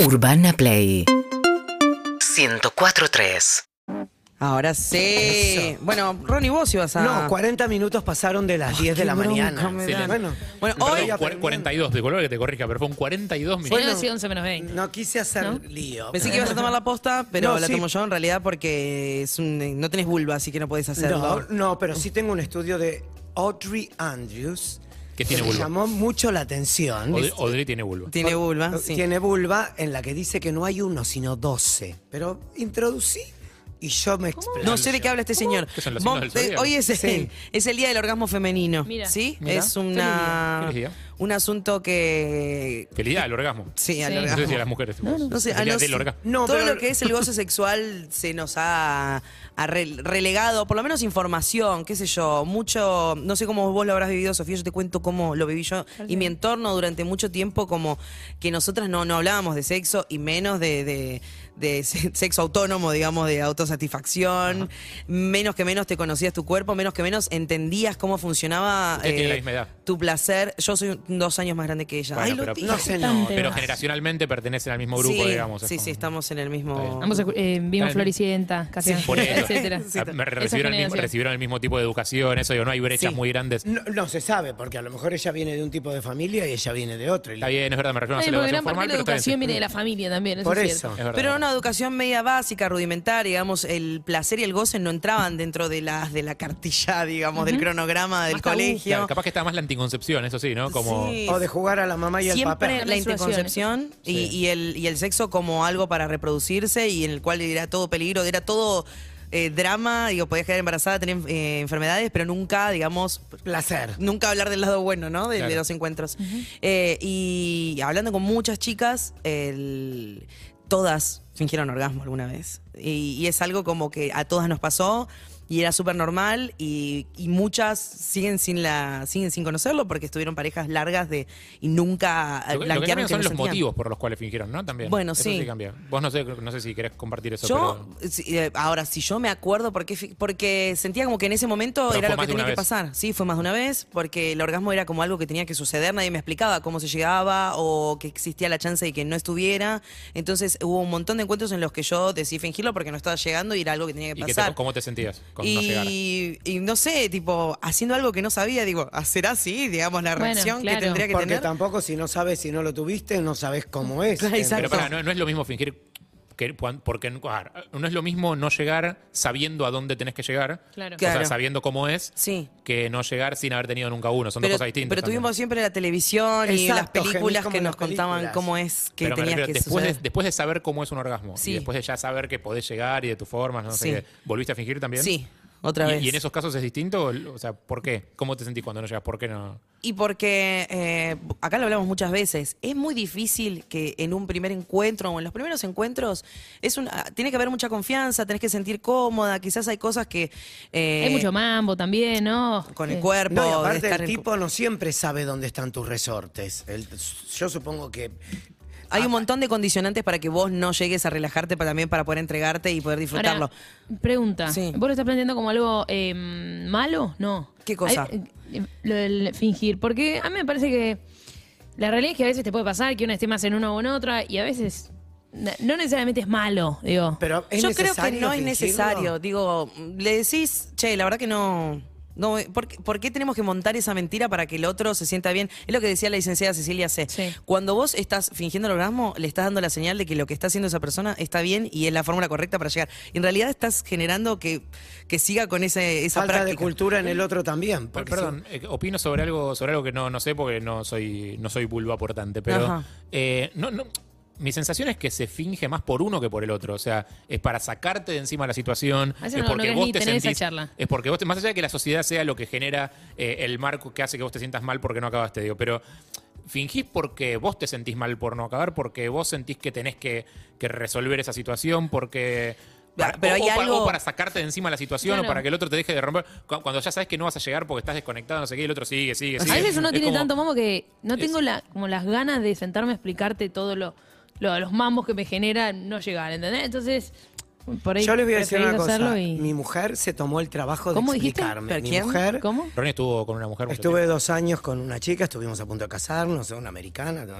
Urbana Play 104.3 Ahora sí. Eso. Bueno, Ronnie, vos ibas a. No, 40 minutos pasaron de las 10 de qué la bronca mañana. me da. Bueno, Bueno, Pero hoy ya- Perdón, cuar- 42, de color que te corrija, pero fue un 42 minutos. Bueno. 11 menos 20. no quise hacer ¿No? lío. pensé que ibas a tomar la posta, pero No, la sí. tomo yo en realidad porque es un- eh, no tenés vulva, así que no podés no, hacerlo. no, pero sí tengo un estudio de Audrey Andrews Que tiene me vulva. llamó mucho la atención. Eh, Audrey, Audrey tiene vulva. Tiene vulva, Ah, sí. Tiene vulva en la que dice que no hay uno, sino 12. Pero introducí y yo me explico. No sé de qué habla este señor. ¿Qué son los Vos- signos del eh, zodíaco? hoy es, Sí. es el día del orgasmo femenino. Mira. ¿Sí? Mira. Es una, Feliz día. Feliz un asunto que. Felicidad, el orgasmo. Sí, al Sí. No sé si a las orgasmo. mujeres. No sé, a Felicidad los- del orgasmo. No, todo pero- lo que es el gozo sexual se nos ha, ha re- relegado, por lo menos información, qué sé yo, mucho, no sé cómo vos lo habrás vivido, Sofía, yo te cuento cómo lo viví yo y mi entorno durante mucho tiempo, como que nosotras no, no hablábamos de sexo y menos de, de- de se- sexo autónomo, digamos, de autosatisfacción, menos que menos te conocías tu cuerpo, menos que menos entendías cómo funcionaba eh, Ustedes tienen la misma edad. tu placer. Yo soy dos años más grande que ella. Bueno, Ay, lo pero- dije. No se nota. Pero generacionalmente pertenecen al mismo grupo, sí, digamos. es sí, como- sí, estamos en el Está mismo... bien. Ambos escu- eh, vimos Sí. Floricienta, casi, Por eso. etcétera. Ah, me recibieron, el mismo, generación. recibieron el mismo tipo de educación, eso digo, no hay brechas Sí. muy grandes. No, no se sabe, porque a lo mejor ella viene de un tipo de familia y ella viene de otro. Y Está bien, es verdad, me refiero a una Ay, porque gran celebración parte formal, de la pero está bien, sí. educación viene de la familia también, eso Por es eso. cierto. Es verdad. Pero era una educación media básica, rudimentaria, digamos, el placer y el goce no entraban dentro de la, de la cartilla, digamos, del cronograma del Más tabú, colegio. Claro, capaz que estaba más la anticoncepción, eso sí, ¿no? Como Sí. O de jugar a la mamá y al papá. Siempre la Menstruaciones. interconcepción y, Sí. y el, y el sexo como algo para reproducirse y en el cual era todo peligro, era todo eh, drama, digo, podías quedar embarazada, tener eh, enfermedades, pero nunca, digamos, Placer. nunca hablar del lado bueno, ¿no? De, de Claro. los encuentros. Eh, y hablando con muchas chicas, el- todas fingieron orgasmo alguna vez. Y, y es algo como que a todas nos pasó y era súper normal y, y muchas siguen sin la siguen sin conocerlo porque estuvieron parejas largas de y nunca eh, Lo que, lo que blanquearon cambian que son no los sentían. motivos por los cuales fingieron, ¿no? También. Bueno, Eso sí. cambia. Vos no sé, no sé si querés compartir eso, Yo, pero. si- eh, ahora, si yo me acuerdo, porque, fi- porque sentía como que en ese momento Pero era fue lo más que de tenía una que vez. pasar. Sí, fue más de una vez, porque el orgasmo era como algo que tenía que suceder, nadie me explicaba cómo se llegaba o que existía la chance de que no estuviera. Entonces hubo un montón de encuentros en los que yo decidí fingirlo porque no estaba llegando y era algo que tenía que ¿Y qué pasar. te- cómo te sentías con no llegar? y, y no sé, tipo, haciendo algo que no sabía, digo, ¿será así? Digamos, la Bueno, reacción claro. que tendría que Porque tener. tampoco si no sabes si no lo tuviste, no sabes cómo es. Claro, exacto. Pero pará, no, no es lo mismo fingir que cuan- porque ah, no es lo mismo no llegar sabiendo a dónde tenés que llegar, Claro. o Claro. sea, sabiendo cómo es, Sí. que no llegar sin haber tenido nunca uno. Son Pero, dos cosas distintas. pero tuvimos también. siempre la televisión y Exacto, las películas gemís como que en nos las contaban películas. cómo es que Pero me tenías refiero, que después, de, suceder. después de saber cómo es un orgasmo Sí. y después de ya saber que podés llegar y de tu forma, no sé Sí. qué, ¿volviste a fingir también? Sí, otra Y- vez. ¿Y, en esos casos es distinto? O sea, ¿por qué? ¿Cómo te sentís cuando no llegas? ¿Por qué no? Y porque eh, acá lo hablamos muchas veces, es muy difícil que en un primer encuentro o en los primeros encuentros es una, tiene que haber mucha confianza, tenés que sentir cómoda, quizás hay cosas que eh, Hay mucho mambo también, ¿no? con el Eh, cuerpo, No, y de aparte estar el en- tipo no siempre sabe dónde están tus resortes. El- yo supongo que Ah. hay un montón de condicionantes para que vos no llegues a relajarte para también para poder entregarte y poder disfrutarlo. Ahora, pregunta, Sí. ¿vos lo estás planteando como algo eh, malo? No. ¿Qué cosa? Hay- eh, lo del fingir, porque a mí me parece que la realidad es que a veces te puede pasar que uno esté más en una o en otra y a veces na- no necesariamente es malo, digo. pero es Yo creo que necesario no es fingirlo? necesario, digo, le decís, che, la verdad que no... No, ¿por, qué- por qué tenemos que montar esa mentira para que el otro se sienta bien? Es lo que decía la licenciada Cecilia C. Sí. Cuando vos estás fingiendo el orgasmo, le estás dando la señal de que lo que está haciendo esa persona está bien y es la fórmula correcta para llegar. Y en realidad estás generando que, que siga con ese, esa falta práctica. de cultura en el otro también. Per- porque Perdón, eh, opino sobre algo, sobre algo que no, no sé porque no soy, no soy vulva portante, pero Ajá. eh, no, no, mi sensación es que se finge más por uno que por el otro. O sea, es para sacarte de encima la situación. A Es veces no- no porque querés vos ni te tener esa sentís. charla. Es porque vos te- más allá de que la sociedad sea lo que genera eh, el marco que hace que vos te sientas mal porque no acabaste, digo, pero. Fingís porque vos te sentís mal por no acabar, porque vos sentís que tenés que, que resolver esa situación, porque. Pero para- hay o, pa- algo- o para sacarte de encima la situación, Claro. o para que el otro te deje de romper. Cu- Cuando ya sabes que no vas a llegar porque estás desconectado, no sé qué, y el otro sigue, sigue, sigue. A veces uno Es tiene como- tanto mambo que no es- tengo la, como las ganas de sentarme a explicarte todo lo, lo- los mambos que me generan no llegar, ¿entendés? Entonces, por ahí Yo les voy a decir una preferís hacerlo cosa. y- Mi mujer se tomó el trabajo de ¿Cómo dijiste? explicarme. ¿Pero mi quién? mujer. ¿Cómo? Ronnie estuvo con una mujer. mucho Estuve dos años con una chica, estuvimos a punto de casarnos, una americana. ¿no?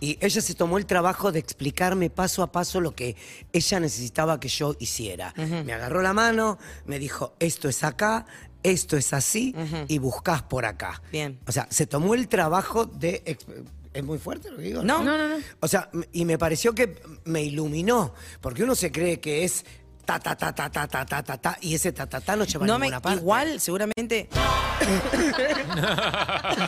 Y ella se tomó el trabajo de explicarme paso a paso lo que ella necesitaba que yo hiciera. Me agarró la mano, me dijo, esto es acá, esto es así, y buscás por acá. Bien. O sea, se tomó el trabajo de... exp- ¿Es muy fuerte lo que digo? No. No, no, no. O sea, m- y me pareció que me iluminó, porque uno se cree que es ta, ta, ta, ta, ta, ta, ta, ta, ta, y ese ta, ta, ta no lleva a No me, ninguna parte. igual, seguramente.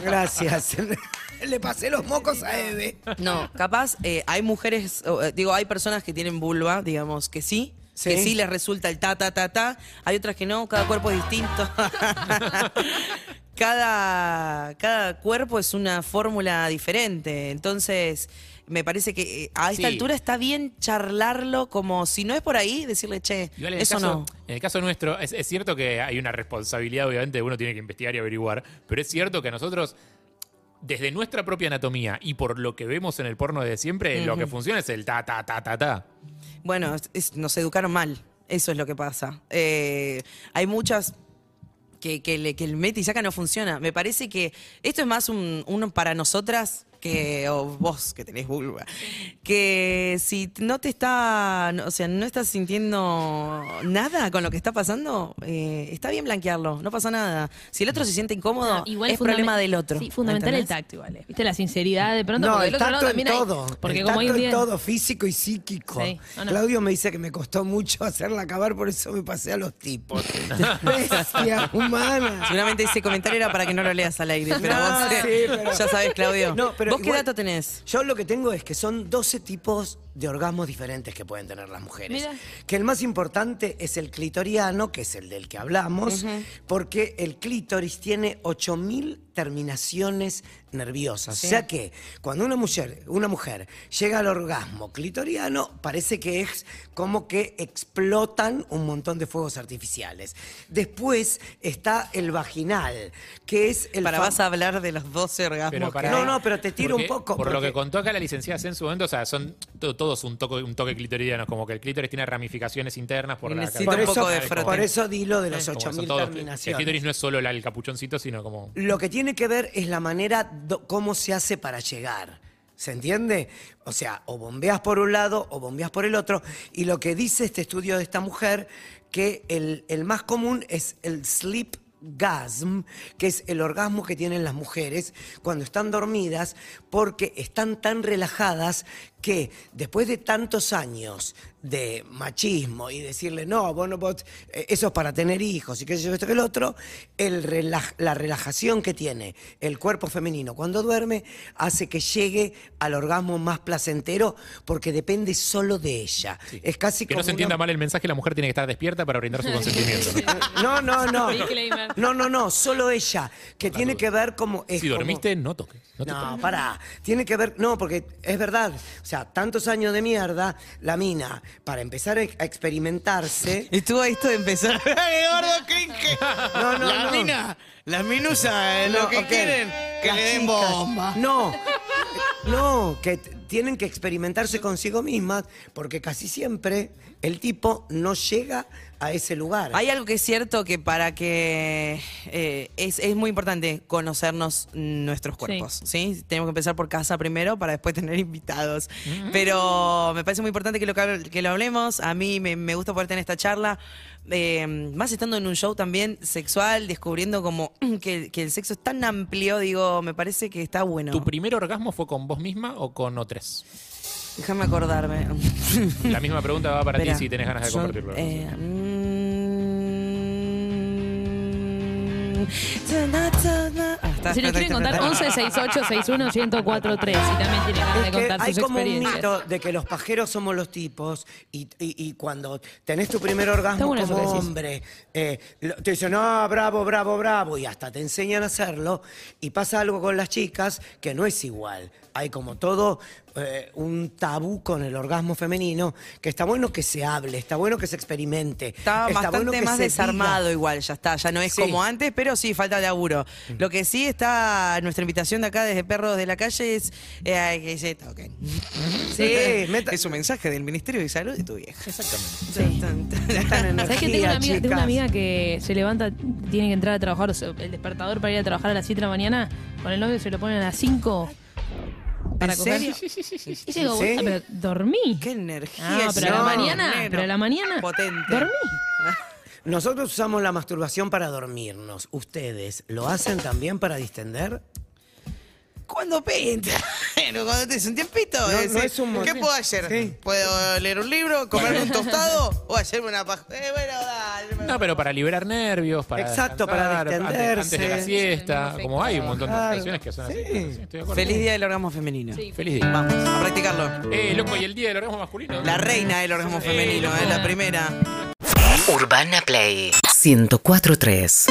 Gracias. Le pasé los mocos a Eve. No, capaz eh, hay mujeres, o, eh, digo, hay personas que tienen vulva, digamos, que sí. Sí. Que sí les resulta el ta, ta, ta, ta. Hay otras que no, cada cuerpo es distinto. cada, cada cuerpo es una fórmula diferente. Entonces, me parece que eh, a esta Sí. altura está bien charlarlo como si no es por ahí, decirle, che, Igual en el eso caso- no. En el caso nuestro, es, es cierto que hay una responsabilidad, obviamente, uno tiene que investigar y averiguar, pero es cierto que a nosotros, desde nuestra propia anatomía y por lo que vemos en el porno de siempre, lo que funciona es el ta, ta, ta, ta, ta. Bueno, es- es- nos educaron mal. Eso es lo que pasa. Eh, hay muchas que, que le- que el mete y saca no funciona. Me parece que esto es más un, un para nosotras que o vos que tenés vulva que si t- no te está no- o sea no estás sintiendo nada con lo que está pasando eh, está bien blanquearlo no pasa nada si el otro se siente incómodo No, Ah, igual es fundament- problema del otro Sí, fundamental ¿entendés? el tacto igual. eh. Viste la sinceridad de pronto. No, porque el del otro tacto lado en también hay- todo. porque el como tacto hoy en día- todo, físico y psíquico. Sí, ¿o no? Claudio me dice que me costó mucho hacerla acabar, por eso me pasé a los tipos. Bestia humana. Seguramente ese comentario era para que no lo leas al aire, pero No, vos Ah, eh, sí, pero- ya sabes, Claudio. No, pero ¿Vos qué igual- dato tenés? Yo lo que tengo es que son 12 tipos de orgasmos diferentes que pueden tener las mujeres. Mira. Que el más importante es el clitoriano, que es el del que hablamos, porque el clítoris tiene 8000 terminaciones nerviosas. O sea que cuando una mujer, una mujer llega al orgasmo clitoriano, parece que es como que explotan un montón de fuegos artificiales. Después está el vaginal, que es el Para fam- vas a hablar de los 12 orgasmos. Pero que pará. hay. No, no, pero te tiro Porque- un poco. Por lo porque- que contó acá la licenciada C en su momento, o sea, son to- todos un toque, un toque clitoridiano, como que el clítoris tiene ramificaciones internas por Y la necesita cavidad. un poco de frote. Como- Por eso dilo de los como son 8000 todos. El terminaciones. clítoris no es solo la- el capuchoncito, sino como. Lo que tiene que ver es la manera do- cómo se hace para llegar. ¿Se entiende? O sea, o bombeas por un lado o bombeas por el otro. Y lo que dice este estudio de esta mujer, que el, el más común es el sleep gasm, que es el orgasmo que tienen las mujeres cuando están dormidas, porque están tan relajadas que después de tantos años de machismo y decirle, no, bueno, vos, eh, eso es para tener hijos y qué sé yo, esto que el otro, el relaj- la relajación que tiene el cuerpo femenino cuando duerme hace que llegue al orgasmo más placentero porque depende solo de ella. Es casi Que como no se una- entienda Eh, mal el mensaje, la mujer tiene que estar despierta para brindar su consentimiento. No, ¿no? no, no. Disclaimer. No, no, no, solo ella, que tiene que ver como... es Si como- dormiste, no toques. No te No, toques. pará. Tiene que ver. No, porque es verdad. O sea, tantos años de mierda, la mina, para empezar a a experimentarse. Estuvo esto de empezar. Eduardo Cringe. No, no, La no. mina, las minusas, No, lo que ok. quieren, que Las le den chicas, bomba. No, no, que t- tienen que experimentarse consigo mismas porque casi siempre el tipo no llega a ese lugar. Hay algo que es cierto que para que eh, es, es muy importante conocernos nuestros cuerpos, sí. Tenemos que empezar por casa primero para después tener invitados. Mm. Pero me parece muy importante que lo, que que lo hablemos. A mí me, me gusta poder tener esta charla. eh, más estando en un show también sexual, descubriendo como que, que el sexo es tan amplio, digo, me parece que está bueno. ¿Tu primer orgasmo fue con vos misma o con otras? Déjame acordarme. La misma pregunta va para Esperá, ti si tenés ganas de yo, compartirlo. eh, mm, ta, ta, ta. Ah, está, Si nos está, quieren está, contar, está, está. 11 68 61 1043. Y también tienen ganas de Es que contar hay sus como un experiencias. mito de que los pajeros somos los tipos y, y- y cuando tenés tu primer Está orgasmo bueno eso como que decís. hombre, eh, lo- te dicen, no, bravo, bravo, bravo, y hasta te enseñan a hacerlo, y pasa algo con las chicas que no es igual. hay como todo eh, un tabú con el orgasmo femenino, que está bueno que se hable, está bueno que se experimente. Está, bastante bueno que más se desarmado diga. igual, ya está, ya no es Sí. como antes, pero sí, falta laburo. Lo que sí está, nuestra invitación de acá desde Perros de la Calle es eh, a que se toquen. Sí, meta- Es un mensaje del Ministerio de Salud de tu vieja. Tan ¿Sabes que tengo energía, una, amiga, tengo una chicas. amiga que se levanta, tiene que entrar a trabajar, o sea, el despertador para ir a trabajar a las 7 de la mañana, con el novio se lo ponen a las 5 para ¿En coger. serio? Y yo digo, ¿Sí? "Boluda, pero dormí. Qué energía. Ah, pero a ese la hombre, mañana, nero. pero a la mañana. Potente. Dormí. Nosotros usamos la masturbación para dormirnos. ¿Ustedes lo hacen también para distender? Cuando pinta. Bueno, cuando tenés un tiempito. No, es no decir, es un ¿Qué motivo. puedo hacer? Sí. ¿Puedo leer un libro, comerme un tostado o hacerme una paja? Eh, bueno, dale. No, pero para liberar nervios, para. Exacto, para descansar, antes- Antes, de la distenderse. siesta. Como hay un montón de Claro. canciones que son así. sí, estoy de acuerdo. Feliz día del orgasmo femenino. Feliz día. Vamos, a practicarlo. Eh, loco, y el día del orgasmo masculino. La reina del orgasmo femenino, es la primera. Urbana Play 1043